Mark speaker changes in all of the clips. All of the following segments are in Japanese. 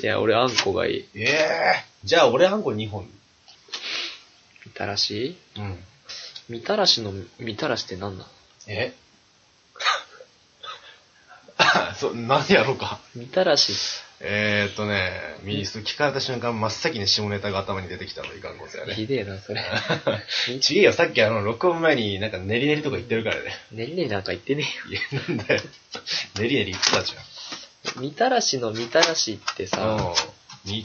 Speaker 1: いや、俺あんこがいい。
Speaker 2: ええじゃあ俺あんこ2本。
Speaker 1: みたらし
Speaker 2: うん。
Speaker 1: みたらしのみたらしって何なの
Speaker 2: えあそう、何やろうか。
Speaker 1: みたらし、
Speaker 2: えー、っとね、ミス聞かれた瞬間真っ先に下ネタが頭に出てきたのいかんことやね。
Speaker 1: ひでえな、それ。
Speaker 2: ちげえよ、さっきあの、録音前になんか練り練りとか言ってるからね。
Speaker 1: ねりねりなんか言ってねえ
Speaker 2: いや、なんだよ。練り練り言ってたじ
Speaker 1: よ。みたらしのみたらしって
Speaker 2: ゃん。う
Speaker 1: さ、
Speaker 2: ん。み、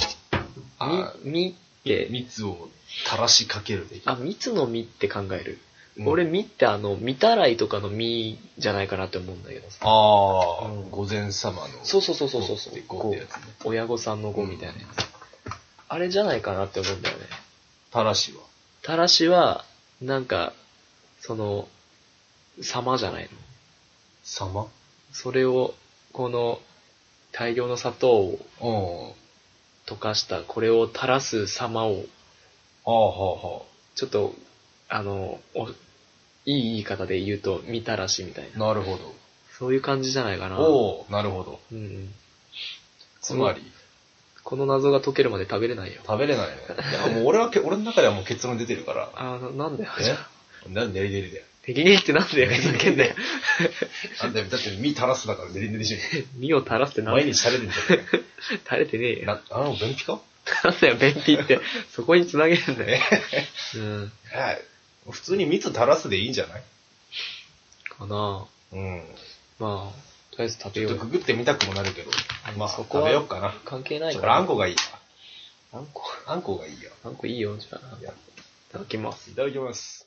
Speaker 2: あ、
Speaker 1: み、みって、
Speaker 2: 蜜を垂らしかけるで
Speaker 1: あ、蜜の実って考える。
Speaker 2: うん
Speaker 1: 俺、実ってあの、みたらいとかの実じゃないかなって思うんだけどさ。
Speaker 2: ああ、
Speaker 1: うん
Speaker 2: 午前様の。
Speaker 1: そうそうそうそうそうそう。
Speaker 2: こう
Speaker 1: こ
Speaker 2: ってやつね。
Speaker 1: う、親御さんの語みたいなやつ。あれじゃないかなって思うんだよね。
Speaker 2: たらしは。
Speaker 1: たらしは、なんか、その、様じゃないの。
Speaker 2: 様
Speaker 1: それを、この、大量の砂糖を
Speaker 2: うん。
Speaker 1: 溶かした、これを垂らす様を、
Speaker 2: ああ、はあ、は
Speaker 1: ちょっと、あの、おいい言い方で言うと、みたらしみたい
Speaker 2: あ。
Speaker 1: な。
Speaker 2: なるほど。
Speaker 1: そういう感じじゃないかな。
Speaker 2: おおなるほど。
Speaker 1: うんうん。
Speaker 2: つまり、
Speaker 1: この謎が解けるまで食べれないよ。
Speaker 2: 食べれないね。いや、もう俺はけ、俺の中ではもう結論出てるから。
Speaker 1: あー、ななんだよ、じゃ
Speaker 2: ね
Speaker 1: あ。。
Speaker 2: なんで練り練り だよ。
Speaker 1: 適任ってなんだよ、ふざけんなよ。
Speaker 2: あんた、だって身垂らすだから練り練りしよ
Speaker 1: 身を垂らすって
Speaker 2: う。
Speaker 1: なんだ
Speaker 2: 毎
Speaker 1: よ。
Speaker 2: 日垂れて んじ
Speaker 1: 垂れてねえ
Speaker 2: ゃん。
Speaker 1: よ。
Speaker 2: な、あの、便秘か
Speaker 1: なんだよ、便秘って。そこに繋げるんだよ。うん。
Speaker 2: ええ普通に蜜垂らすでいいんじゃない
Speaker 1: かなあ
Speaker 2: うん。
Speaker 1: まあ、とりあえず食べ
Speaker 2: ちょ
Speaker 1: よ
Speaker 2: っ
Speaker 1: う
Speaker 2: と
Speaker 1: よ
Speaker 2: グ。グってみたくもなるけど。まあ、
Speaker 1: そ
Speaker 2: 食
Speaker 1: こは
Speaker 2: べようかな。
Speaker 1: 関係ない
Speaker 2: ちょ
Speaker 1: か
Speaker 2: っとあ
Speaker 1: ら。
Speaker 2: んこがいいわ。
Speaker 1: あんこ。
Speaker 2: あんこがいいよ。
Speaker 1: あんこいいよ、じゃあ。
Speaker 2: いや
Speaker 1: いただきます。
Speaker 2: いただきます。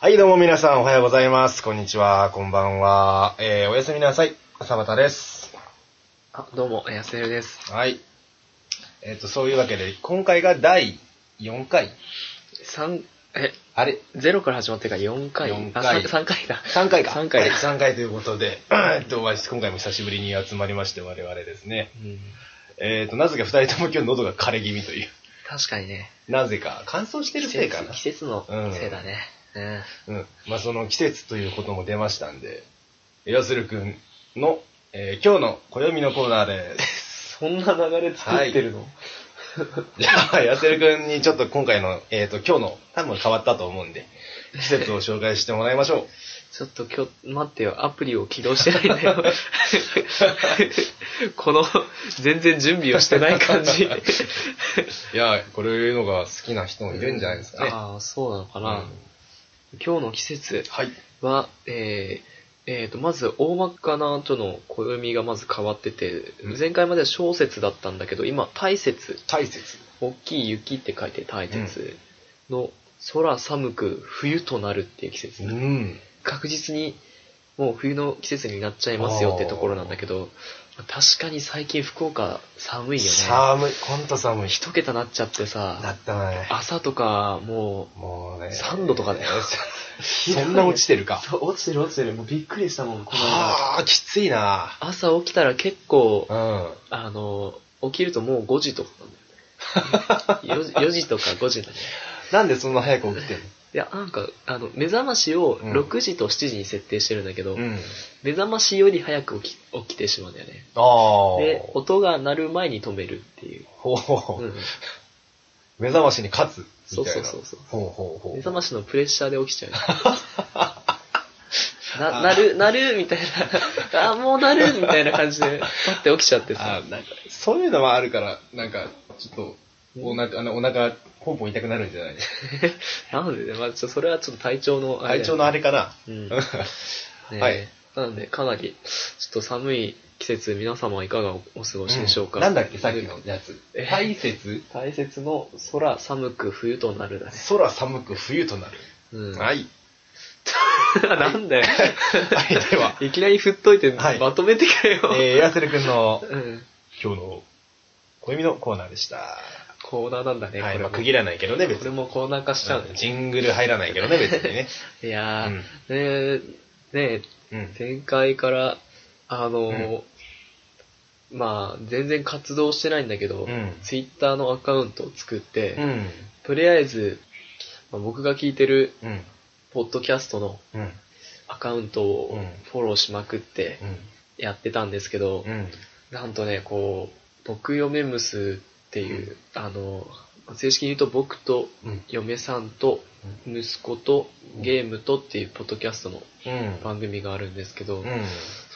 Speaker 2: はい、どうも皆さんおはようございます。こんにちは、こんばんは。えー、おやすみなさい。朝畑です。
Speaker 1: あ、どうも、やすよです。
Speaker 2: はい。えっ、と、そういうわけで、今回が第4回。
Speaker 1: 三え、
Speaker 2: あれ
Speaker 1: ゼロから始まってから4回。
Speaker 2: 四
Speaker 1: あ、
Speaker 2: 回
Speaker 1: 3, 三回だ。
Speaker 2: 3回か。
Speaker 1: 三回
Speaker 2: はい三回ということで、えっと、お会いして今回も久しぶりに集まりまして、我々ですね。
Speaker 1: うん。
Speaker 2: えっ、と、なぜか2人とも今日喉が枯れ気味という。
Speaker 1: 確かにね。
Speaker 2: なぜか、乾燥してる
Speaker 1: 季
Speaker 2: せい
Speaker 1: 節
Speaker 2: かな
Speaker 1: 季。節のせいだね。うん。
Speaker 2: うん。まあ、その季節ということも出ましたんで、要するくんの、えー今日の暦のコーナー です。
Speaker 1: そんな流れ作ってるの、
Speaker 2: じゃあ、やせるくんにちょっと今回の、えっ、と、今日の、多分変わったと思うんで、季節を紹介してもらいましょう。
Speaker 1: ちょっと今日、待ってよ、アプリを起動してないんだ よ。この、全然準備をしてない感じ。
Speaker 2: いや、これいうのが好きな人もいるんじゃないですかね。
Speaker 1: ああ、そうなのか
Speaker 2: う
Speaker 1: な。
Speaker 2: ん
Speaker 1: 今日の季節
Speaker 2: はい。
Speaker 1: は、えー、えーと、まず、大まかなとの暦がまず変わってて、
Speaker 2: うん
Speaker 1: 前回までは小節だったんだけど、今、大節、
Speaker 2: 大切。
Speaker 1: 大きい雪って書いて大節の、空寒く冬となるっていう季節。
Speaker 2: ん。
Speaker 1: 確実にもう冬の季節になっちゃいますよってところなんだけど、確かに最近福岡寒いよね。
Speaker 2: 寒い、ほんと寒い。人
Speaker 1: 一桁なっちゃって
Speaker 2: だ
Speaker 1: さ、
Speaker 2: ったね。
Speaker 1: 朝とかも
Speaker 2: もうね。
Speaker 1: 3度と かだよ
Speaker 2: そんな落ちてる
Speaker 1: う
Speaker 2: か。、
Speaker 1: 落ちてる落ちてる、もうびっくりしたもん、こ
Speaker 2: はあ、きついな。
Speaker 1: 朝起きたら結構
Speaker 2: う、ん。
Speaker 1: あの、起きるともう5時とかなんだよね。4, 時 4時とか5時だね。
Speaker 2: なんでそんな早く起きてん
Speaker 1: いや、なんか、あの、目覚ましを
Speaker 2: うん
Speaker 1: 6時と7時に設定してるんだけど、
Speaker 2: のん。
Speaker 1: 目覚ましより早く起き起きてしまうんだよね。
Speaker 2: ああ。
Speaker 1: で、音が鳴る前に止めるっていう。
Speaker 2: ほうほ
Speaker 1: う
Speaker 2: う。
Speaker 1: ん
Speaker 2: 目覚ましに勝つ。みたいな
Speaker 1: そうそうそうそう
Speaker 2: ほうほうほう。
Speaker 1: 目覚ま
Speaker 2: し。
Speaker 1: しのプレッシャーで起き ちゃう。な、なる、なるみたいな。あ、もうなるみたいな感じで、パッて起きちゃってさ。
Speaker 2: あなんか、そういうのはあるから、なんか、ちょっと、お腹、あの、お腹、ポンポン痛くなるんじゃない
Speaker 1: なのでね、まあ、ちょそれはちょっと体調のあれだ
Speaker 2: 体調
Speaker 1: よね、
Speaker 2: のあれかな。
Speaker 1: うん。ね
Speaker 2: はい
Speaker 1: なので、かなり、ちょっと寒い季節、皆様はいかがおお過ごしでしょうか。
Speaker 2: なんだっけ、さっきのやつ
Speaker 1: え。
Speaker 2: 大切
Speaker 1: 大切の空寒く冬となるだね。
Speaker 2: 空寒く冬となる。
Speaker 1: うん。
Speaker 2: はい。
Speaker 1: なんだよ。
Speaker 2: はい、では、
Speaker 1: いきなり振っといて、
Speaker 2: はい
Speaker 1: まとめてくれよ。
Speaker 2: えー、ヤセル君の
Speaker 1: うん。
Speaker 2: 今日の暦のコーナーでした。
Speaker 1: コーナーなんだね、
Speaker 2: はい、
Speaker 1: これ
Speaker 2: ま
Speaker 1: も
Speaker 2: あ、区切らないけどね、別
Speaker 1: これ
Speaker 2: に。
Speaker 1: もコーナー化しちゃうね。
Speaker 2: ジングル入らないけどね、別にね。
Speaker 1: いやー、
Speaker 2: うん
Speaker 1: ねえねえ
Speaker 2: うん。
Speaker 1: 前回から、あのーまあ、全然活動してないんだけど、
Speaker 2: うん
Speaker 1: ツイッターのアカウントを作って、
Speaker 2: うん。
Speaker 1: とりあえず、まあ僕が聞いてる
Speaker 2: うん。
Speaker 1: ポッドキャストの
Speaker 2: うん。
Speaker 1: アカウントを
Speaker 2: うん
Speaker 1: フォローしまくってやってたんですけど、
Speaker 2: うん。
Speaker 1: なんとね、こう、僕嫁むすっていう、あの、正式に言うと僕と
Speaker 2: うん。
Speaker 1: 嫁さんと息子とゲームとっていうポッドキャストの番組があるんですけど、
Speaker 2: うん。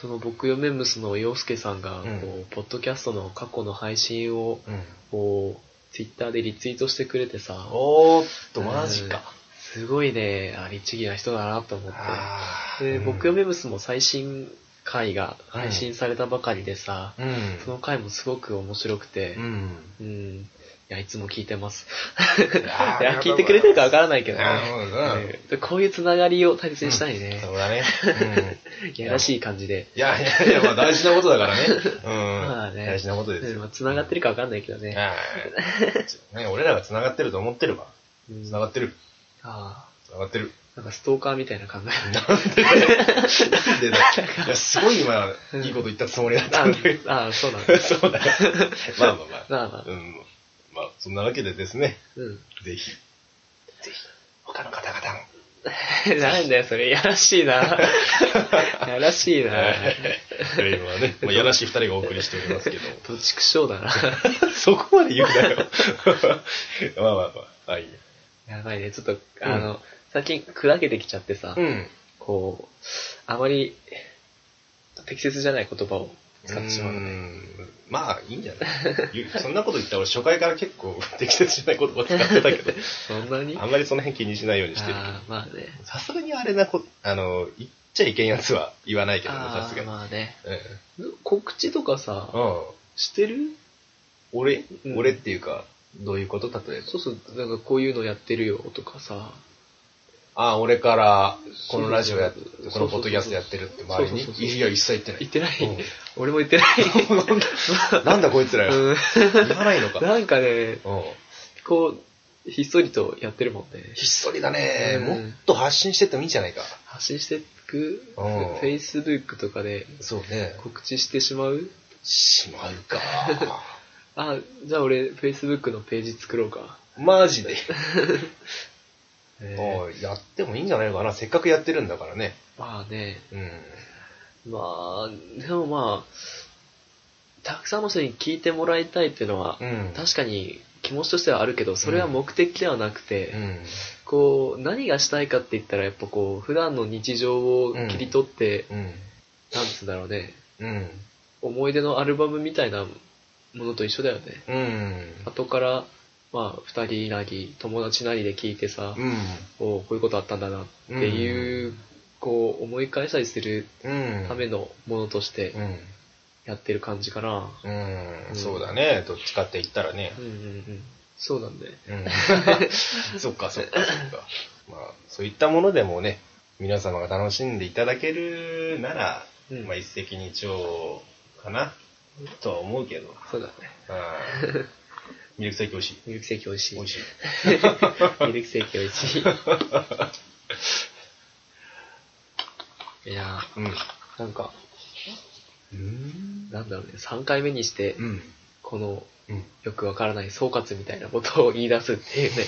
Speaker 1: その僕嫁むすの洋介さんが、こ
Speaker 2: うん
Speaker 1: う、ポッドキャストの過去の配信を、
Speaker 2: うん。
Speaker 1: こう、ツイッターでリツイートしてくれてさ、
Speaker 2: おーっと、マジか。
Speaker 1: すごいね、あ律儀な人だなと思って。
Speaker 2: あ
Speaker 1: で、
Speaker 2: ー
Speaker 1: 僕嫁むすも最新回が配信されたばかりでさ、
Speaker 2: うん。
Speaker 1: その回もすごく面白くて
Speaker 2: う、ん。
Speaker 1: うん、いや、いつも聞いてます。
Speaker 2: あ
Speaker 1: い
Speaker 2: ー
Speaker 1: や、聞いてくれてるかわからないけどね。
Speaker 2: なるほどな
Speaker 1: うんでこういうつながりを大切にしたいね。
Speaker 2: そう だね。うん。
Speaker 1: いやらしい感じで。
Speaker 2: いやいやいや、まあ大事なことだからね。 うん。
Speaker 1: まあね
Speaker 2: 大事なことです
Speaker 1: うん
Speaker 2: よ。
Speaker 1: まあつながってるかわかんないけどね。
Speaker 2: はい。ね、俺らが繋がってると思ってれば。
Speaker 1: うん
Speaker 2: 繋がってる。
Speaker 1: あ
Speaker 2: 繋がって る。
Speaker 1: あ、なんかストーカーみたいな考え だ。
Speaker 2: なんでだいや、すごい今、いいこと言ったつもりだったんだけど。
Speaker 1: ああ、そうなんだ。
Speaker 2: そうだ。まあまあまあ。
Speaker 1: まあまあ
Speaker 2: うん。まあ、そんなわけでですね、
Speaker 1: うん。
Speaker 2: ぜひ、ぜひ、他の方々も。
Speaker 1: なんだよ、それ。やらしい な。やらしいな。
Speaker 2: はい。レイはね、まあ、やらしい二人がお送りしておりますけ ども。
Speaker 1: どっちくしょうだな。
Speaker 2: そこまで言うなよ。まあまあまあ。はい。
Speaker 1: やばいね、ちょっと、あの、最近砕けてきちゃってさ、
Speaker 2: ん。
Speaker 1: こう、あまり適切じゃない言葉を使ってしまう
Speaker 2: う
Speaker 1: ので。
Speaker 2: んまあ、いいんじゃないゆそんなこと言ったら俺初回から結構適切じゃない言葉使ってたけど、
Speaker 1: そんなに
Speaker 2: あんまりその辺気にしないようにしてるけど。
Speaker 1: あーまあね。
Speaker 2: さすがにあれなこ、あの、言っちゃいけんやつは言わないけどね、さ
Speaker 1: あ
Speaker 2: すが
Speaker 1: ー
Speaker 2: に。
Speaker 1: まあね。
Speaker 2: うん
Speaker 1: 告知とかさ、
Speaker 2: うん
Speaker 1: してる
Speaker 2: 俺、
Speaker 1: うん
Speaker 2: 俺っていうか、どういうこと例えば。
Speaker 1: そうそう、なんかこういうのやってるよとかさ。
Speaker 2: ああ、俺から、
Speaker 1: そう
Speaker 2: このラジオやっ
Speaker 1: そうそう
Speaker 2: このポッドキャストやってるって周り
Speaker 1: そう
Speaker 2: に。
Speaker 1: そうそうそう
Speaker 2: いや、一切言って
Speaker 1: 言
Speaker 2: な
Speaker 1: っ
Speaker 2: い。
Speaker 1: てない、
Speaker 2: うん
Speaker 1: 俺も言ってない。
Speaker 2: なんだこいつらよ。
Speaker 1: うん
Speaker 2: 言わないのか。
Speaker 1: なんかね、
Speaker 2: うん。
Speaker 1: こう、ひっそりとやってるもんね。
Speaker 2: ひっそりだね。
Speaker 1: うん
Speaker 2: もっと発信してってもいいんじゃないか。
Speaker 1: 発信してく、
Speaker 2: うん
Speaker 1: Facebook とかで
Speaker 2: そうね。
Speaker 1: 告知してしまう
Speaker 2: しまうか。
Speaker 1: あ、じゃあ俺 Facebook のページ作ろうか。
Speaker 2: マジで。
Speaker 1: えー
Speaker 2: おいやってもいいんじゃないかな。せっかくやってるんだからね。
Speaker 1: まあね、
Speaker 2: うん。
Speaker 1: まあ、でもまあ、たくさんの人に聞いてもらいたいっていうのは、
Speaker 2: うん。
Speaker 1: 確かに気持ちとしてはあるけど、それは目的ではなくて、
Speaker 2: うん。
Speaker 1: こう、何がしたいかって言ったら、やっぱこう、普段の日常を切り取って、
Speaker 2: うん。
Speaker 1: なんつうんだろうね、
Speaker 2: うん。
Speaker 1: 思い出のアルバムみたいなものと一緒だよね。
Speaker 2: うん。
Speaker 1: 後から、まあ、二人なり、友達なりで聞いてさ、
Speaker 2: うん。
Speaker 1: おうこういうことあったんだなっていう、こう、思い返したりする
Speaker 2: うん。
Speaker 1: ためのものとして
Speaker 2: うん。
Speaker 1: やってる感じかな。
Speaker 2: うん。そうだね。どっちかって言ったらね
Speaker 1: う。んうんうん。そうなんだよ。
Speaker 2: うん。そっかそっかそっか。まあ、そういったものでもね、皆様が楽しんでいただけるなら、
Speaker 1: うん
Speaker 2: まあ一石二鳥かな、とは思うけど。
Speaker 1: そうだね。
Speaker 2: うんミルクセーキ美味しい。
Speaker 1: ミルクセーキ美味しい。
Speaker 2: 美味し い。
Speaker 1: ミルクセーキ美味しい。いや
Speaker 2: うん。
Speaker 1: ー、なんか、
Speaker 2: うん。
Speaker 1: なんだろうね、3回目にして、
Speaker 2: うん。
Speaker 1: この、
Speaker 2: うん。
Speaker 1: よくわからない総括みたいなことを言い出すって いうね。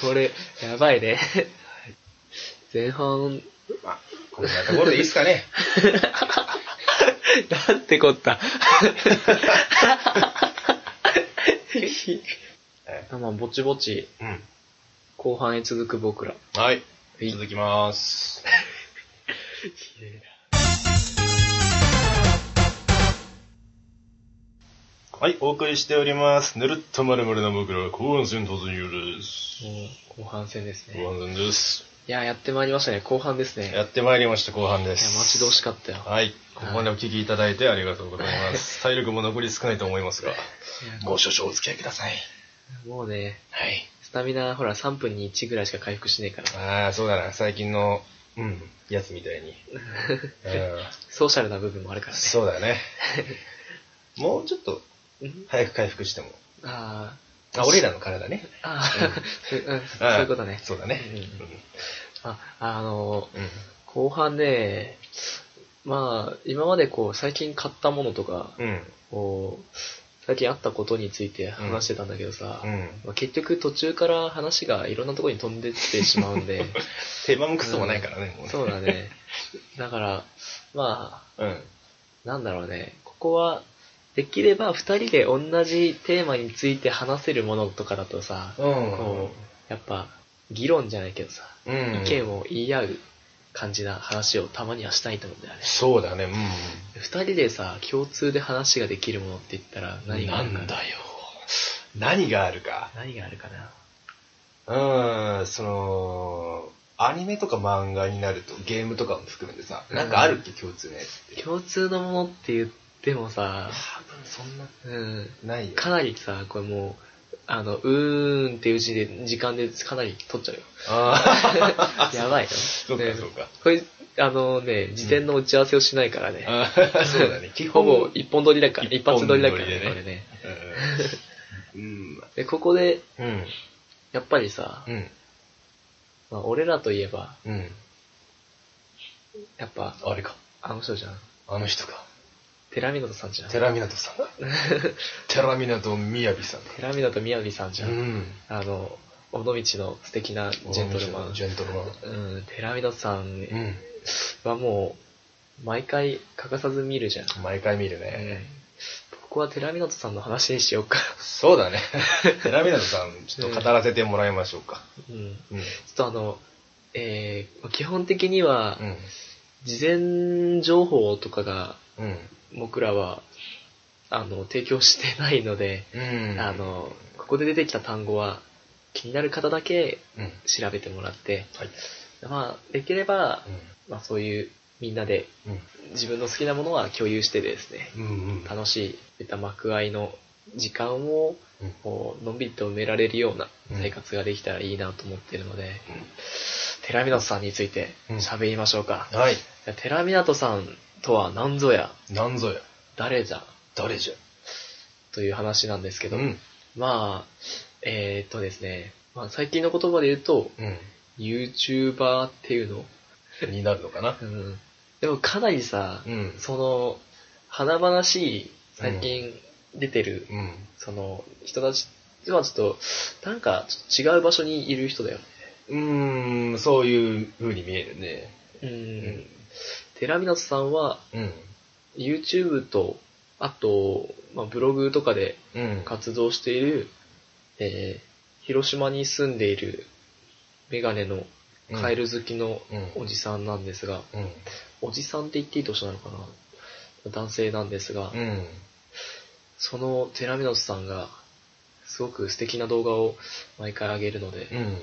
Speaker 1: これ、やばいね。前半、
Speaker 2: まあ、こんなところでいいっすかね。
Speaker 1: なんてこ った。ひ
Speaker 2: はい
Speaker 1: まあ、ぼちぼち、
Speaker 2: うん。
Speaker 1: 後半へ続く僕ら。
Speaker 2: はい。
Speaker 1: い
Speaker 2: 続きます。 はい、お送りしております。ぬるっとまるまるな僕らは後半戦突入です。
Speaker 1: もう後半戦ですね。
Speaker 2: 後半戦です。
Speaker 1: いや、やってまいりましたね。後半ですね。いや、
Speaker 2: やってまいりました、後半で
Speaker 1: 待
Speaker 2: す。
Speaker 1: ち遠しかったよ。
Speaker 2: はい、ここまでお聞きいただいてありがとうございます。体力も残り少ないと思いますが、
Speaker 1: いや
Speaker 2: ご少々お付き合いください。
Speaker 1: もうね、
Speaker 2: はい。
Speaker 1: スタミナ、ほら、3分に1ぐらいしか回復しねえから。
Speaker 2: ああ、そうだな、最近の、うん、やつみたい に。うん
Speaker 1: ソーシャルな部分もあるからね。
Speaker 2: そうだ ね。もうちょっと
Speaker 1: うん
Speaker 2: 早く回復しても。
Speaker 1: あ
Speaker 2: あ、俺らの体ね。
Speaker 1: あ、ああ、 うんそういうことね
Speaker 2: あ。そうだね。
Speaker 1: あ、あの
Speaker 2: うん。
Speaker 1: 後半ね、まあ、今までこう、最近買ったものとか、
Speaker 2: うん。
Speaker 1: こう、最近あったことについて話してたんだけどさ、
Speaker 2: うん。
Speaker 1: まあ、結局途中から話がいろんなところに飛んでってしまうんで、
Speaker 2: 定番も クソもないからね、もうね
Speaker 1: そうだね。だから、ま
Speaker 2: うん。
Speaker 1: あ、なんだろうね、ここは、できれば二人で同じテーマについて話せるものとかだとさ、
Speaker 2: うん
Speaker 1: こ。う、やっぱ、議論じゃないけどさ、
Speaker 2: うん。
Speaker 1: 意見を言い合う感じな話をたまにはしたいと思うんだよね。
Speaker 2: そうだね、うん。
Speaker 1: 二人でさ、共通で話ができるものって言ったら何があるか
Speaker 2: なんだよ。何があるか。
Speaker 1: 何があるかな
Speaker 2: うん、その、アニメとか漫画になると、ゲームとかも含めてさ、なんかあるっけ、共通のやつって。
Speaker 1: 共通のものって言ってもさ、
Speaker 2: 多分そんな、
Speaker 1: うん、
Speaker 2: ないよ。
Speaker 1: かなりさ、これもう、あの、うーんっていう字で、時間でかなり取っ ちゃうよ。
Speaker 2: あ
Speaker 1: やばいよ。
Speaker 2: あ、そう
Speaker 1: ね
Speaker 2: か、そうか。
Speaker 1: これ、あのね、事前の打ち合わせをしないからね。
Speaker 2: あ ーそうだね、基
Speaker 1: ほ
Speaker 2: 本。
Speaker 1: ぼ一本撮りだから、一
Speaker 2: 一本
Speaker 1: 発
Speaker 2: 撮
Speaker 1: 撮り
Speaker 2: り
Speaker 1: だ
Speaker 2: で
Speaker 1: か
Speaker 2: ね
Speaker 1: らね、これね。
Speaker 2: うん。
Speaker 1: で、ここで、
Speaker 2: うん。
Speaker 1: やっぱりさ、
Speaker 2: うん。
Speaker 1: まあ、俺らといえば、
Speaker 2: うん。
Speaker 1: やっぱ、
Speaker 2: あれか。
Speaker 1: あの人じゃん。
Speaker 2: あの人か。
Speaker 1: 寺ミノトさんじゃん。
Speaker 2: 寺湊 さんだ。寺湊みやびさんだ。
Speaker 1: 寺ミノト宮城さんじゃん。
Speaker 2: ん。
Speaker 1: あの、尾道の素敵なジェントルマン。
Speaker 2: ジェントルマン。
Speaker 1: うん、寺ミノトさん
Speaker 2: うん。
Speaker 1: はもう、毎回欠かさず見るじゃん。
Speaker 2: 毎回見る
Speaker 1: う
Speaker 2: ね。
Speaker 1: んここは寺湊さんの話にしようか。
Speaker 2: そうだ ね。寺湊さん、ちょっと語らせてもらいましょうか。
Speaker 1: うん。ちょ
Speaker 2: うん。
Speaker 1: っとあの、えー、基本的には
Speaker 2: う、ん。
Speaker 1: 事前情報とかが
Speaker 2: うん。
Speaker 1: 僕らは、あの、提供してないので、
Speaker 2: うん。
Speaker 1: あ、の、ここで出てきた単語は、気になる方だけ
Speaker 2: うん。はい。
Speaker 1: 調べてもらって、まあ、できれば、まあそういう、みんなで
Speaker 2: うん。
Speaker 1: 自分の好きなものは共有してですね、
Speaker 2: うん。
Speaker 1: 楽しい、出た幕合いの時間を
Speaker 2: うん、
Speaker 1: こう、のんびりと埋められるような
Speaker 2: うん
Speaker 1: 生活ができたらいいなと思っているので、寺湊さんについて
Speaker 2: うん
Speaker 1: 喋りましょうか。
Speaker 2: はい。
Speaker 1: 寺湊さんとは何ぞや、
Speaker 2: なんぞや。
Speaker 1: 誰じゃ、
Speaker 2: 誰じゃ。
Speaker 1: という話なんですけ
Speaker 2: う
Speaker 1: ど、
Speaker 2: ん。
Speaker 1: まあ、えーっとですね、まあ、最近の言葉で言うと、YouTuber っていうの、
Speaker 2: うん。になるのかな。
Speaker 1: うん、でもかなりさ、
Speaker 2: うん。
Speaker 1: その、華々しい、最近出てる、
Speaker 2: うん。
Speaker 1: その、人たちはちょっと、なんかちょっと違う場所にいる人だよね。
Speaker 2: うーん、そういう風に見えるね。
Speaker 1: うん。
Speaker 2: ん
Speaker 1: 寺湊さんは、
Speaker 2: うん。
Speaker 1: YouTube と、あと、まあ、ブログとかで
Speaker 2: うん。
Speaker 1: 活動している、えー広島に住んでいる、メガネのカエル好きの
Speaker 2: うん
Speaker 1: おじさんなんですが、
Speaker 2: うん。
Speaker 1: おじさんって言っていい年なのかな男性なんですが、
Speaker 2: うん。
Speaker 1: その寺ミノスさんが、すごく素敵な動画を毎回上げるので、
Speaker 2: うん。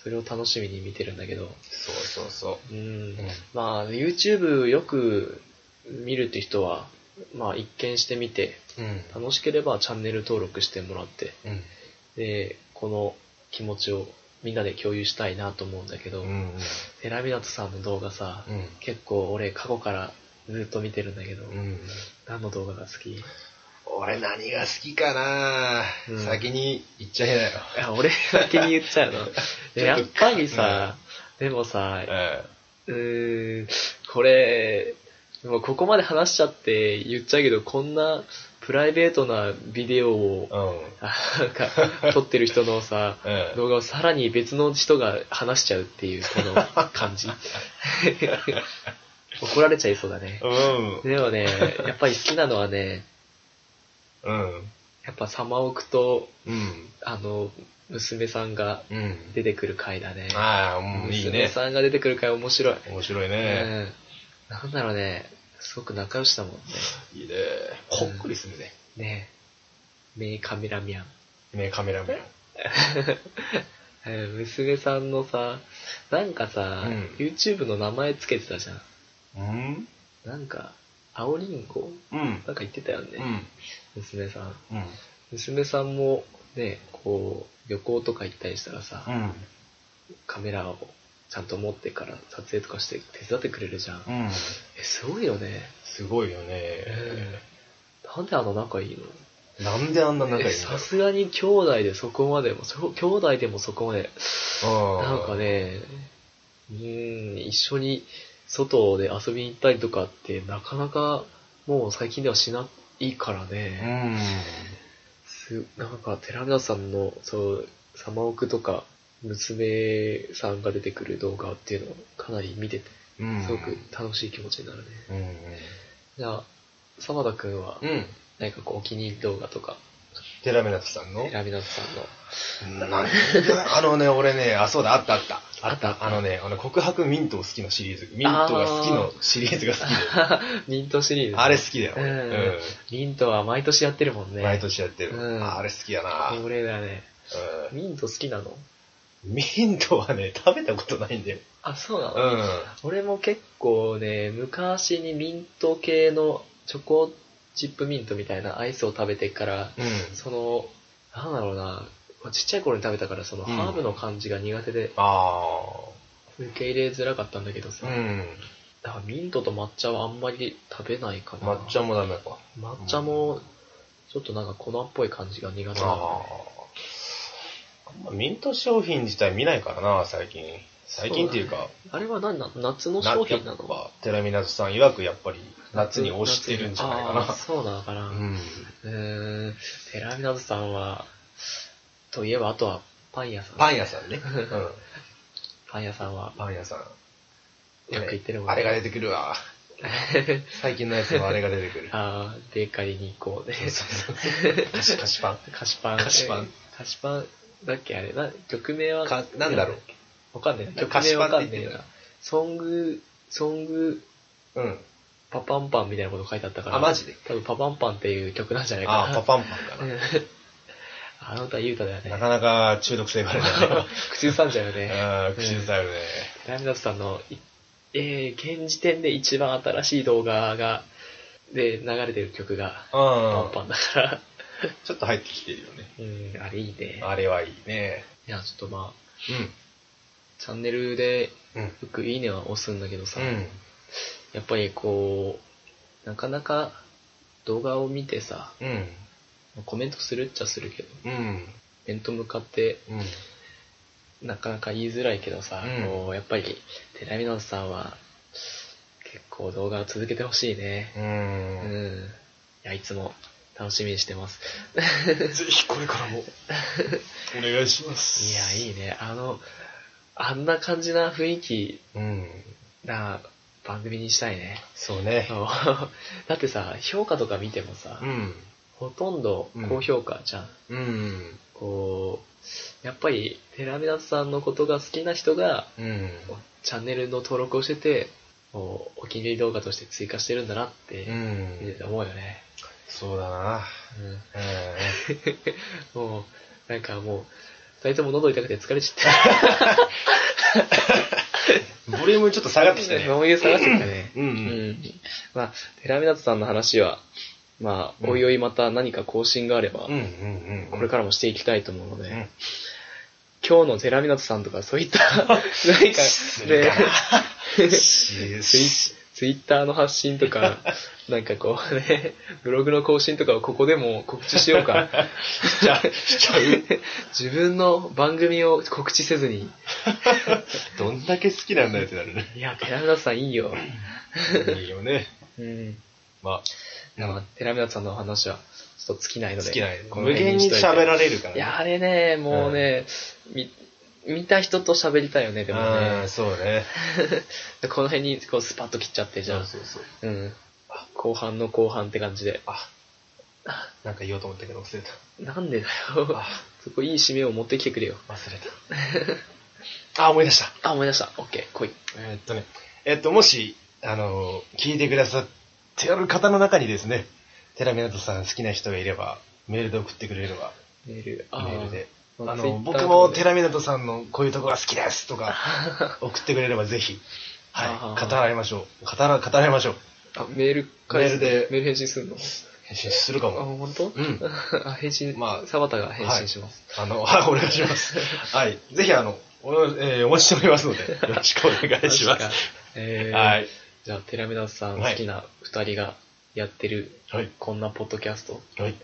Speaker 1: それを楽しみに見てるんだけど、
Speaker 2: そうそうそうう。
Speaker 1: ん
Speaker 2: う、ん。
Speaker 1: まあ、YouTube よく見るって人は、まあ、一見してみて、
Speaker 2: うん。
Speaker 1: 楽しければチャンネル登録してもらって、
Speaker 2: うん。
Speaker 1: で、この気持ちをみんなで共有したいなと思うんだけど、
Speaker 2: うん。
Speaker 1: 寺ミノスさんの動画さ、
Speaker 2: うん。
Speaker 1: 結構俺過去からずっと見てるんだけど、
Speaker 2: うん。
Speaker 1: 何の動画が好き
Speaker 2: 俺何が好きかな、
Speaker 1: うん
Speaker 2: 先に言っちゃいなよ。
Speaker 1: あ俺先に言っちゃうの えやっぱりさ、でもさ、うーん、これ、もうここまで話しちゃって言っちゃうけど、こんなプライベートなビデオを、
Speaker 2: うん。うん。
Speaker 1: あなんか、撮ってる人の さ、動画をさらに別の人が話しちゃうっていう、この感 じ。怒られちゃいそうだね。
Speaker 2: うん。
Speaker 1: でもね、やっぱり好きなのはね、
Speaker 2: うん。
Speaker 1: やっぱサマオクと、
Speaker 2: うん。
Speaker 1: あの、娘さんが
Speaker 2: うん。
Speaker 1: 出てくる回だね。
Speaker 2: ああ、うん、いい
Speaker 1: 娘
Speaker 2: ね。
Speaker 1: さんが出てくる回面白い。
Speaker 2: 面白いうね。
Speaker 1: ん。なんだろうね。すごく仲良しだもんね。
Speaker 2: いいね。こっくりするね。
Speaker 1: ねえ。名カメラミャン。
Speaker 2: ね、カメラマン。
Speaker 1: えー娘さんのさ、なんかさ、
Speaker 2: うん
Speaker 1: YouTube の名前つけてたじゃん。
Speaker 2: うん
Speaker 1: なんか、青りんご
Speaker 2: うん。
Speaker 1: なんか言ってたよね、
Speaker 2: うん。
Speaker 1: 娘さん。
Speaker 2: うん。
Speaker 1: 娘さんも、ね、こう、旅行とか行ったりしたらさ、
Speaker 2: うん。
Speaker 1: カメラをちゃんと持ってから撮影とかして手伝ってくれるじゃん。
Speaker 2: うん。
Speaker 1: え、すごいよね。
Speaker 2: すごいよね。
Speaker 1: なんであの仲いいの
Speaker 2: なんであんな仲いい
Speaker 1: え
Speaker 2: んだ
Speaker 1: さ
Speaker 2: ろ
Speaker 1: すがに兄弟でそこまでも、そ兄弟でもそこまで、
Speaker 2: う。
Speaker 1: なんか
Speaker 2: ね。
Speaker 1: ね、うーん、一緒に外で遊びに行ったりとかって、なかなかもう最近ではしないから
Speaker 2: う
Speaker 1: ね。
Speaker 2: ん。
Speaker 1: すなんか、寺田さんの、そう、サマオクとか、娘さんが出てくる動画っていうのをかなり見てて、
Speaker 2: うん。
Speaker 1: すごく楽しい気持ちになるね。
Speaker 2: うん。うん。
Speaker 1: じゃあ、澤田くんは
Speaker 2: う、ん。
Speaker 1: 何かこう、お気に入り動画とか、
Speaker 2: テラメラトさんの
Speaker 1: 寺田さんの。
Speaker 2: なんだあのね、俺ね、あ、そうだ、あったあった。
Speaker 1: あった
Speaker 2: あのね、あの、告白ミントを好きのシリーズ。ミントが好きのシリーズが好きで。
Speaker 1: ミントシリーズね、
Speaker 2: あれ好きだよ。
Speaker 1: う
Speaker 2: 俺
Speaker 1: ん
Speaker 2: うん
Speaker 1: ミントは毎年やってるもんね。
Speaker 2: 毎年やってる。
Speaker 1: うん
Speaker 2: ああれ好きやな、
Speaker 1: これだね。
Speaker 2: う
Speaker 1: ミント好きなの
Speaker 2: んミントはね、食べたことないんだよ。
Speaker 1: あ、そうなの、
Speaker 2: うん。
Speaker 1: 俺も結構ね、昔にミント系のチョコチップミントみたいなアイスを食べてから、
Speaker 2: うん。
Speaker 1: その、なんだろうな、ちっちゃい頃に食べたから、その
Speaker 2: うん
Speaker 1: ハーブの感じが苦手で、
Speaker 2: あ
Speaker 1: 受け入れづらかったんだけど
Speaker 2: あ。
Speaker 1: さ、
Speaker 2: うん。
Speaker 1: だからミントと抹茶はあんまり食べないかな。
Speaker 2: 抹茶もダメか。
Speaker 1: 抹茶も、ちょっとなんか粉っぽい感じが苦手なの
Speaker 2: ああ。あんまミント商品自体見ないからな、最近。最近っていうか、
Speaker 1: あれは何な夏の商品なの
Speaker 2: は、テラミナズさん曰くやっぱり夏に推してるんじゃないか
Speaker 1: あー
Speaker 2: な。
Speaker 1: そうなのかな。
Speaker 2: う。
Speaker 1: うんーん。テラミナズさんは、といえばあとはパン屋さん。
Speaker 2: パン屋さ んね。うん。
Speaker 1: パン屋さんは、
Speaker 2: パン屋さん。
Speaker 1: よく行ってるもんね。
Speaker 2: あれが出てくるわ。最近のやつはあれが出てくる
Speaker 1: あーベーカリーに行こうね。
Speaker 2: そうそう。菓子菓子パン。
Speaker 1: 菓子パン。
Speaker 2: 菓子パン
Speaker 1: えー。菓子パンだっけあれ、な曲名は
Speaker 2: かなんだろう
Speaker 1: わかんない。曲
Speaker 2: 菓
Speaker 1: 名
Speaker 2: 子パ
Speaker 1: わ
Speaker 2: ン
Speaker 1: か
Speaker 2: って
Speaker 1: ん
Speaker 2: 言
Speaker 1: ね
Speaker 2: って
Speaker 1: え
Speaker 2: た
Speaker 1: な。ソング、ソング、
Speaker 2: うん。
Speaker 1: パパンパンみたいなこと書いてあったから。
Speaker 2: あマジで
Speaker 1: 多分パパンパンっていう曲なんじゃないかな。
Speaker 2: あ、パパンパンか
Speaker 1: うん あの歌はユータだよ
Speaker 2: な。な
Speaker 1: ね。
Speaker 2: かなか中毒性があるね。
Speaker 1: 口ずさんじゃうよ ね。
Speaker 2: うん、口ずさるね。
Speaker 1: ラミナスさんの、いえー、現時点で一番新しい動画が、で、流れてる曲が、
Speaker 2: う
Speaker 1: パン
Speaker 2: ん。
Speaker 1: パンだ から。
Speaker 2: ちょっと入ってきてるよね。
Speaker 1: うん、あれいいね。
Speaker 2: あれはいいね。
Speaker 1: いや、ちょっとまあ、チャンネルで、
Speaker 2: うん。うん。
Speaker 1: よくいいねは押すんだけどさ、
Speaker 2: うん。
Speaker 1: やっぱりこう、なかなか動画を見てさ、
Speaker 2: うん。
Speaker 1: コメントするっちゃするけど、
Speaker 2: うん。
Speaker 1: 面と向かって
Speaker 2: うん。
Speaker 1: なかなか言いづらいけどさ、
Speaker 2: うん
Speaker 1: こうやっぱりテラミノスさんは結構動画を続けてほしいね
Speaker 2: う
Speaker 1: うん、
Speaker 2: ん。
Speaker 1: いやいつも楽しみにしてます
Speaker 2: ぜひこれからも、お願いします。
Speaker 1: いやいいねあのあんな感じな雰囲気
Speaker 2: うん。
Speaker 1: な番組にしたいね
Speaker 2: そうね。
Speaker 1: そうだってさ評価とか見てもさ、
Speaker 2: うん。
Speaker 1: ほとんど高評価じゃん、
Speaker 2: うん。
Speaker 1: こうやっぱりテラミナスさんのことが好きな人が
Speaker 2: うん。
Speaker 1: チャンネルの登録をしてて、もうお気に入り動画として追加してるんだなっ
Speaker 2: う
Speaker 1: て、見て
Speaker 2: ん。
Speaker 1: て思うよね。
Speaker 2: そうだな。うん。
Speaker 1: うん、もう、なんかもう、二人とも喉痛くて疲れち
Speaker 2: ボリュームちょっと下が
Speaker 1: ゃ
Speaker 2: っ
Speaker 1: って
Speaker 2: き
Speaker 1: た
Speaker 2: た
Speaker 1: ね。
Speaker 2: ね。
Speaker 1: そういう探してきたね。
Speaker 2: うんう。
Speaker 1: うんん。まあ、寺湊さんの話は、まあ、おいおいまた何か更新があれば
Speaker 2: うんう、んうん。
Speaker 1: これからもしていきたいと思うの
Speaker 2: うん
Speaker 1: で、今日の寺湊さんとかそうい った、なんか、
Speaker 2: る
Speaker 1: ね
Speaker 2: か し
Speaker 1: ツイツイッターの発信とか、なんかこうね、ブログの更新とかをここでも告知しようか。
Speaker 2: ちゃうしちゃう
Speaker 1: 自分の番組を告知せずに、
Speaker 2: どんだけ好きなんだよってなるね。
Speaker 1: いや、寺村さんいいよ。
Speaker 2: いいよね。
Speaker 1: うん。
Speaker 2: まあ、
Speaker 1: まあ、寺村さんのお話はちょっと尽きないので。
Speaker 2: 好きなんや
Speaker 1: この
Speaker 2: 無
Speaker 1: 辺
Speaker 2: 限に
Speaker 1: しといて
Speaker 2: 喋られるから
Speaker 1: いや、あれね、もうね、み見た人と喋りたいよね、でも
Speaker 2: あ
Speaker 1: ね
Speaker 2: あ、。そうね。
Speaker 1: で この辺にこうスパッと切っちゃって、じゃあ。
Speaker 2: そうそうそう。
Speaker 1: うん。後半の後半って感じで。
Speaker 2: あ、なんか言おうと思ったけど忘れた。
Speaker 1: なんでだよ。
Speaker 2: あ、
Speaker 1: そこいい締めを持ってきてくれよ。
Speaker 2: 忘れ た。あ、思い出した。
Speaker 1: あ、思い出した。オッケー、来い。
Speaker 2: えーっとね、えーっと、もし、あの、聞いてくださってる方の中にですね、寺湊さん好きな人がいれば、メールで送ってくれれば、
Speaker 1: メール。
Speaker 2: メールで。
Speaker 1: あーツ
Speaker 2: あ
Speaker 1: イッタ
Speaker 2: の、
Speaker 1: ー
Speaker 2: 僕
Speaker 1: と
Speaker 2: も
Speaker 1: かで
Speaker 2: 寺湊さんのこういうとこが好きです とか、
Speaker 1: あ
Speaker 2: 送ってくれればぜひ、
Speaker 1: あ
Speaker 2: はい、
Speaker 1: ー
Speaker 2: 語られましょう。語ら、語られましょう。
Speaker 1: メール返す
Speaker 2: メールで
Speaker 1: メール返信するの
Speaker 2: 返信するか
Speaker 1: あ、
Speaker 2: も。
Speaker 1: 本当？
Speaker 2: うん
Speaker 1: あ、返信、
Speaker 2: ま
Speaker 1: ま
Speaker 2: あ
Speaker 1: あ、サバタが返信します。
Speaker 2: あの、 はい、お願いします。はい、ぜひ、あの、お、えーお待ちしております ので、よろしくお願いしま
Speaker 1: 確か
Speaker 2: す。
Speaker 1: えー、
Speaker 2: はい。
Speaker 1: じゃあ、寺ラさん
Speaker 2: はい
Speaker 1: 好きな二人がやってる、
Speaker 2: はい。
Speaker 1: こんなポッドキャスト、
Speaker 2: はい。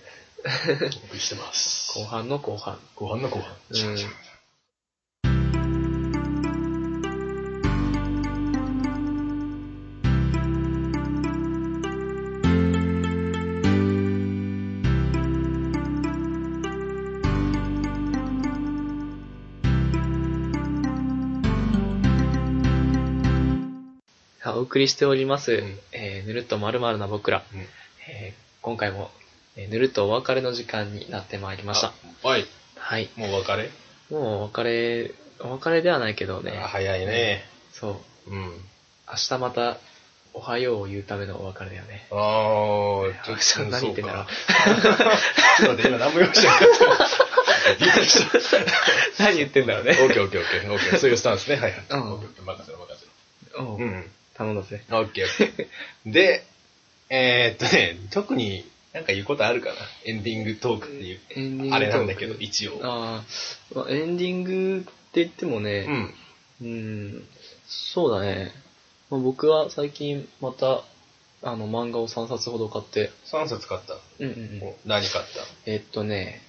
Speaker 2: お送りしてます。
Speaker 1: 後半の後半。
Speaker 2: 後半の後半。
Speaker 1: うんさあお送りしております、
Speaker 2: うん
Speaker 1: えーぬるっとまるまるな僕ら、
Speaker 2: うん
Speaker 1: えー今回も、えーぬるっとお別れの時間になってまいりました。
Speaker 2: あはい。
Speaker 1: はい。
Speaker 2: もうお別れ、
Speaker 1: もうお別れ、お別れではないけどね、
Speaker 2: あ早いね。
Speaker 1: そう、
Speaker 2: うん。
Speaker 1: 明日また、おはようを言うためのお別れだよね。
Speaker 2: ああ、
Speaker 1: あそんなに言ってんだろ う。
Speaker 2: ちょっと待って、今何も言いましたけど。びっくりし た。
Speaker 1: 何言ってんだろうね。
Speaker 2: オッケーオッケーオッケーオッケー。そういうスタンスね。はいはい。
Speaker 1: うん
Speaker 2: オッケーオッケー任せろ任せ
Speaker 1: うん
Speaker 2: ろ。うん。
Speaker 1: 頼んだぜ。
Speaker 2: オッケーオッケー。で、えーっとね、特になんか言うことあるかな。エンディングトークっていう。
Speaker 1: エンディングトーク
Speaker 2: あれなんだけど、一応。
Speaker 1: ああ、まあエンディングって言っても
Speaker 2: う
Speaker 1: ね、
Speaker 2: ん。
Speaker 1: うん、そうだね。まあ、僕は最近また、あの、漫画を3冊ほど買って、
Speaker 2: 3冊買った。
Speaker 1: うんうんうん。
Speaker 2: お何買った
Speaker 1: えっとね、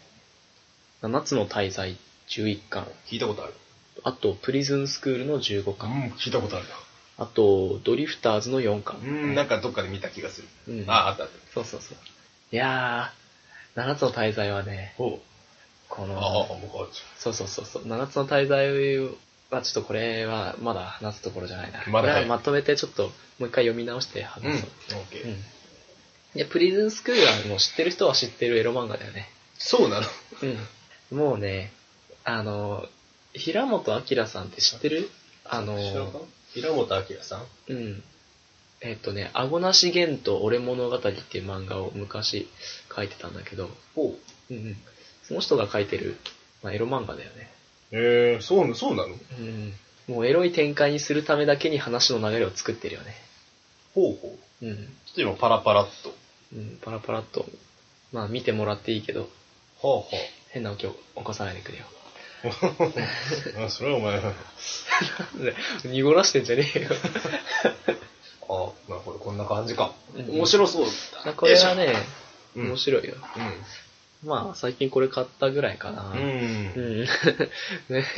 Speaker 1: 7つの大罪11巻、
Speaker 2: 聞いたことある。
Speaker 1: あと、プリズンスクールの15
Speaker 2: う
Speaker 1: 巻、
Speaker 2: ん、聞いたことあるな。
Speaker 1: あと、ドリフターズの4巻。
Speaker 2: うん、なんかどっかで見た気がする。
Speaker 1: うん
Speaker 2: あ、あったあった。
Speaker 1: そうそうそう。いやー、7つの大罪はね、
Speaker 2: ほう。
Speaker 1: こ
Speaker 2: あ
Speaker 1: の、
Speaker 2: あ、もうこっ
Speaker 1: そうそうそうそう。七つの滞在は、ちょっとこれはまだ話すところじゃないな。
Speaker 2: まだ
Speaker 1: これはまとめてちょっと、もう一回読み直して
Speaker 2: うん。オ
Speaker 1: 話そう。
Speaker 2: ッケ
Speaker 1: うん。
Speaker 2: ー。
Speaker 1: で、プリズンスクールはもう知ってる人は知ってるエロ漫画だよね。
Speaker 2: そうなの
Speaker 1: うん。もうね、あの、平本明さんって知ってるあの、
Speaker 2: 平本明さん
Speaker 1: うん。えっとね、アゴなし源と俺物語っていう漫画を昔書いてたんだけど、
Speaker 2: ほう。
Speaker 1: うんうん。その人が書いてる、まあ、エロ漫画だよね。
Speaker 2: ええそう、そうなの
Speaker 1: うんもうエロい展開にするためだけに話の流れを作ってるよね。
Speaker 2: ほうほう。
Speaker 1: うん。
Speaker 2: ちょっと今パラパラっと。
Speaker 1: うん、パラパラっと。まあ見てもらっていいけど、
Speaker 2: ほう
Speaker 1: 変な音起こさないでくれよ。
Speaker 2: ほう。あ、それはお前。あ、
Speaker 1: 濁らしてんじゃねえよ。
Speaker 2: まあこれこんな感じか。
Speaker 1: うん
Speaker 2: 面白そう。
Speaker 1: これはね、
Speaker 2: うん
Speaker 1: 面白いよ。まあ最近これ買ったぐらいかな。
Speaker 2: うん。う。
Speaker 1: うんん。
Speaker 2: い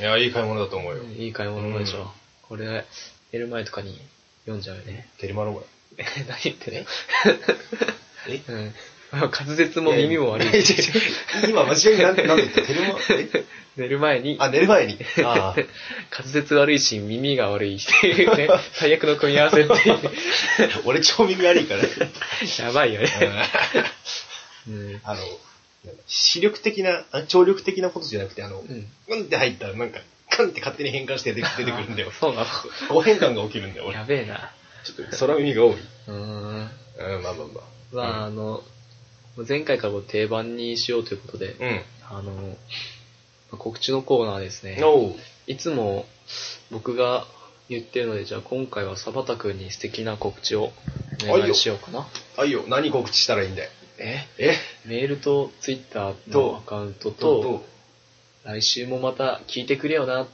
Speaker 2: や、いい買い物だと思うよ。
Speaker 1: いい買い物でしょ。
Speaker 2: うん
Speaker 1: これ、寝る前とかに読んじゃうよ ね。
Speaker 2: テリマロこ
Speaker 1: 何言ってね。
Speaker 2: れ。え
Speaker 1: うん。まあ滑舌も耳も悪い。
Speaker 2: 今間違いなんて、なんて言ったテリマえ
Speaker 1: 寝る前に
Speaker 2: あ、寝る前に。 ああ。
Speaker 1: 滑舌悪いし、耳が悪いっていう ね、最悪の組み合わせっていう、
Speaker 2: 俺超耳悪いから。
Speaker 1: やばいよね。うん。
Speaker 2: あの、視力的な、あ聴力的なことじゃなくて、あの、
Speaker 1: うん。
Speaker 2: うんって入ったら、なんか、カンって勝手に変換して出て出てくるんだよ
Speaker 1: そうな
Speaker 2: 誤変換が起きるんだよ、
Speaker 1: の。
Speaker 2: 俺。
Speaker 1: やべえな。
Speaker 2: ちょっと空耳が多い。
Speaker 1: うーん。
Speaker 2: うん、まあまあ
Speaker 1: まあ、あの、前回からもう定番にしようということで、
Speaker 2: まあ。うん。
Speaker 1: あの、まあ告知のコーナーですね。
Speaker 2: おう。
Speaker 1: いつも僕が言ってるので、じゃあ今回はサバタ君に素敵な告知をお願いしようかな。
Speaker 2: あいよ、何告知したらいいんだよ。
Speaker 1: え
Speaker 2: え
Speaker 1: メールとツイッターのアカウントと、、来週もまた聞いてくれよなっ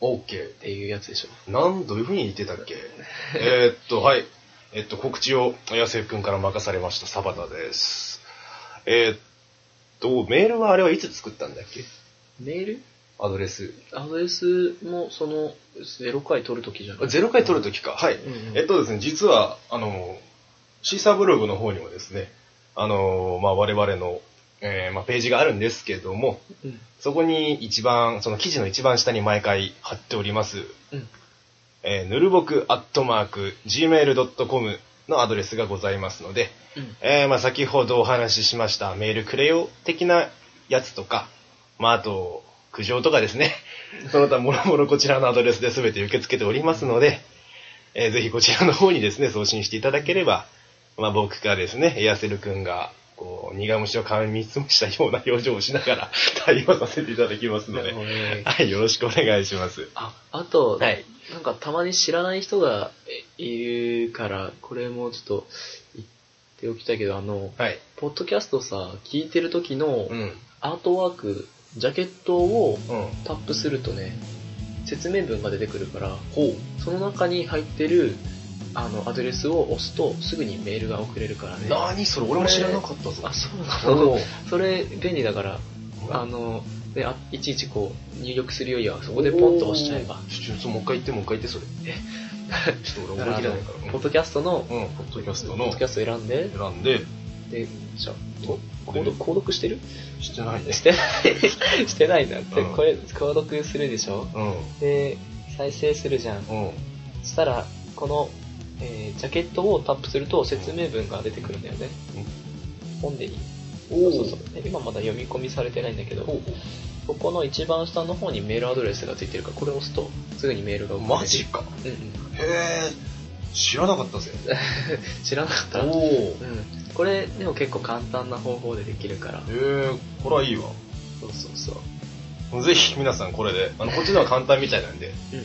Speaker 2: オッケ
Speaker 1: ていうやつでしょ。
Speaker 2: ー。なん、どういうふうに言ってたっけ えーっと、はい。えっと、告知を、安瀬くんから任されました、サバタです。えーっと、メールはあれはいつ作ったんだっけ
Speaker 1: メール
Speaker 2: アドレス。
Speaker 1: アドレスもその0回取るときじゃない
Speaker 2: ゼロ回取るときか。はい。
Speaker 1: うんうん
Speaker 2: えっとですね、実は、あの、シーサーブログの方にもですね、あの、まあ、我々の、えーまあ、ページがあるんですけども、
Speaker 1: うん
Speaker 2: そこに一番、その記事の一番下に毎回貼っております、
Speaker 1: うん
Speaker 2: えー、ぬるぼくアットマーク、gmail.com のアドレスがございますので、
Speaker 1: うん
Speaker 2: えーまあ、先ほどお話ししましたメールくれよ的なやつとか、まあ、あと、苦情とかですね。 その他もろもろこちらのアドレスで全て受け付けておりますので、えーぜひこちらの方にですね、送信していただければ、まあ、僕がですね、エアセル君が、こう、苦虫を噛みつぶしたような表情をしながら対応させていただきますので、
Speaker 1: えー
Speaker 2: はい、よろしくお願いします。
Speaker 1: ああと、
Speaker 2: はい
Speaker 1: なんかたまに知らない人がえいるから、これもちょっと言っておきたいけど、あの、
Speaker 2: はい。
Speaker 1: ポッドキャストさ、聞いてる時の
Speaker 2: うん。うん。
Speaker 1: アートワーク、ジャケットをタップするとね、説明文が出てくるから、
Speaker 2: ほ
Speaker 1: その中に入ってるあのアドレスを押すとすぐにメールが送れるからね。
Speaker 2: なにそれ、俺も知らなかったぞ。
Speaker 1: あ、そうなの
Speaker 2: おう
Speaker 1: それ便利だから、あ
Speaker 2: あ
Speaker 1: の、ね、あいちいちこう入力するよりはそこでポンと押しちゃえば。
Speaker 2: ちょ、ちょ、もう一回言って、もう一回言って、それ。ちょっと俺思い 切らないから。うん
Speaker 1: ポッドキャストの、
Speaker 2: うん、ポッドキャスト
Speaker 1: ポッ
Speaker 2: の
Speaker 1: ドキャスト選んで、
Speaker 2: 選んで、
Speaker 1: で、じゃあ
Speaker 2: お
Speaker 1: 購読購読してる
Speaker 2: してないね
Speaker 1: し。てない、 してないなって、
Speaker 2: うん
Speaker 1: これ、購読するでしょ
Speaker 2: うん。
Speaker 1: で、再生するじゃん。
Speaker 2: うん。
Speaker 1: そしたら、このえージャケットをタップすると説明文が出てくるんだよね。本でいい
Speaker 2: おお
Speaker 1: そうそうそうで今まだ読み込みされてないんだけど、ここの一番下の方にメールアドレスがついてるから、これを押すとすぐにメールが送られ
Speaker 2: マジ
Speaker 1: る。
Speaker 2: か
Speaker 1: うんうん。
Speaker 2: へえ知らなかったぜ
Speaker 1: 知らなかった
Speaker 2: お
Speaker 1: うん。
Speaker 2: お
Speaker 1: これ、でも結構簡単な方法でできるから。
Speaker 2: へえこれはいいわ
Speaker 1: そうそうそう。
Speaker 2: ぜひ皆さんこれであのこっちのは簡単みたいなんで
Speaker 1: うんうん。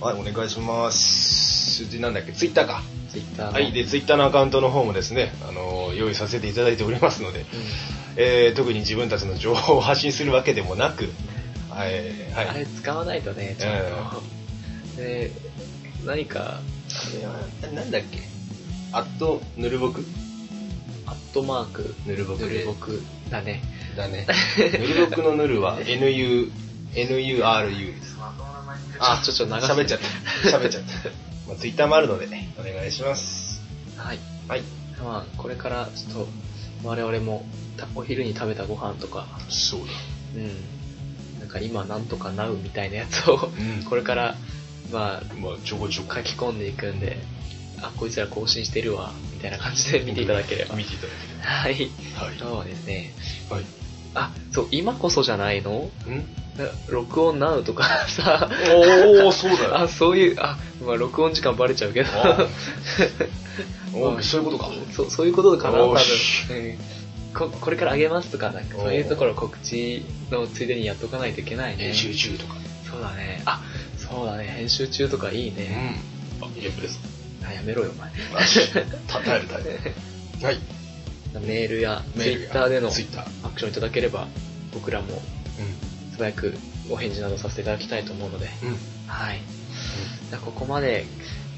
Speaker 2: はいお願いしますでなんだっけツイッターか
Speaker 1: ツイッターの。
Speaker 2: はいでツイッターのアカウントの方もですねあの用意させていただいておりますので、
Speaker 1: うん
Speaker 2: えー特に自分たちの情報を発信するわけでもなくはいはい
Speaker 1: あれ使わないとね、ちゃんと。で、何か、
Speaker 2: あれなんだっけアットぬるぼく
Speaker 1: アットマーク、
Speaker 2: ぬるぼ
Speaker 1: ぬるぼくだね。
Speaker 2: だ ねぬるぼくのぬるは NU NURU です
Speaker 1: あ、ちょ、ちょ、長
Speaker 2: 喋っちゃった喋っちゃ った、まあ、ツイッターもあるのでお願いします
Speaker 1: た。はい。
Speaker 2: はい
Speaker 1: まあ、これから、ちょっと、我々も、たお昼に食べたご飯とか、
Speaker 2: そうだ、
Speaker 1: うん。なんか今、なんとかなうみたいなやつを
Speaker 2: うん
Speaker 1: これから、まあ、
Speaker 2: まあちょこちょこ
Speaker 1: 書き込んでいくんで、あ、こいつら更新してるわ、みたいな感じで見ていただければ。
Speaker 2: 見ていただ
Speaker 1: はい。
Speaker 2: ければ
Speaker 1: そうですね。
Speaker 2: はい、
Speaker 1: あ、そう、今こそじゃないの
Speaker 2: はい、ん
Speaker 1: な録音なうとか さ、
Speaker 2: おおそうだよ
Speaker 1: あ、そういう、あ、まあ、録音時間バレちゃうけど。
Speaker 2: あ ーお
Speaker 1: ま
Speaker 2: ー
Speaker 1: あ
Speaker 2: そういうことか
Speaker 1: そうそういうことかな、多
Speaker 2: よ
Speaker 1: 分
Speaker 2: し、
Speaker 1: うんこ。これからあげますとか、なんか
Speaker 2: おー
Speaker 1: そういうところ告知のついでにやっとかないといけないね
Speaker 2: 編。集中とか
Speaker 1: そうだね。あ、そうだね。編集中とかいいね。
Speaker 2: あゲームです
Speaker 1: あ、やめろよ、お前。
Speaker 2: あた耐える耐えるはい
Speaker 1: メールや
Speaker 2: メ
Speaker 1: ツイ
Speaker 2: ールや
Speaker 1: ッターでの
Speaker 2: ツイッター
Speaker 1: アクションいただければ、僕らも素早くお返事などさせていただきたいと思うので。
Speaker 2: うんうん
Speaker 1: はい。じゃあここまで、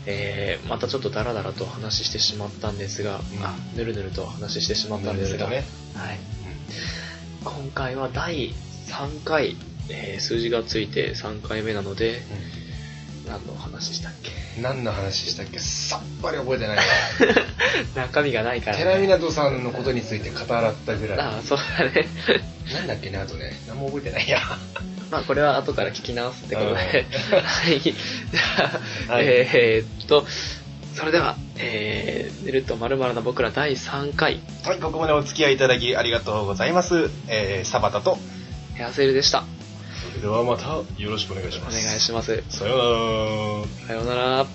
Speaker 1: えー、またちょっとダラダラと話してしまったんですが、
Speaker 2: ん
Speaker 1: あ、ぬるぬると話してしまったんですが、
Speaker 2: ね
Speaker 1: はい。今回は第3回、えー数字がついて3回目なので、何の話したっけ
Speaker 2: 何の話したっけさっぱり覚えてない
Speaker 1: 中身がないから、
Speaker 2: 寺湊さんのことについて語らったぐら
Speaker 1: ああ、そうだね。
Speaker 2: いなんだっけねあとね何も覚えてないや
Speaker 1: まあ、これは後から聞き直すってことで。
Speaker 2: うん
Speaker 1: はい。 じゃあ、
Speaker 2: はい
Speaker 1: えーっと、それでは、えー、ぬるっとまるな僕ら第3回、
Speaker 2: はいここまでお付き合いいただきありがとうございます、えー、サバタと
Speaker 1: ヘアセールでした。
Speaker 2: それではまたよろしくお願いし
Speaker 1: お願いします。
Speaker 2: すさようなら
Speaker 1: さようなら。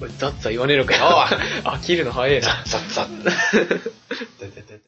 Speaker 1: おいザッツは言わねえのかよ
Speaker 2: おい。
Speaker 1: 飽きるの早いな。
Speaker 2: さっさってててて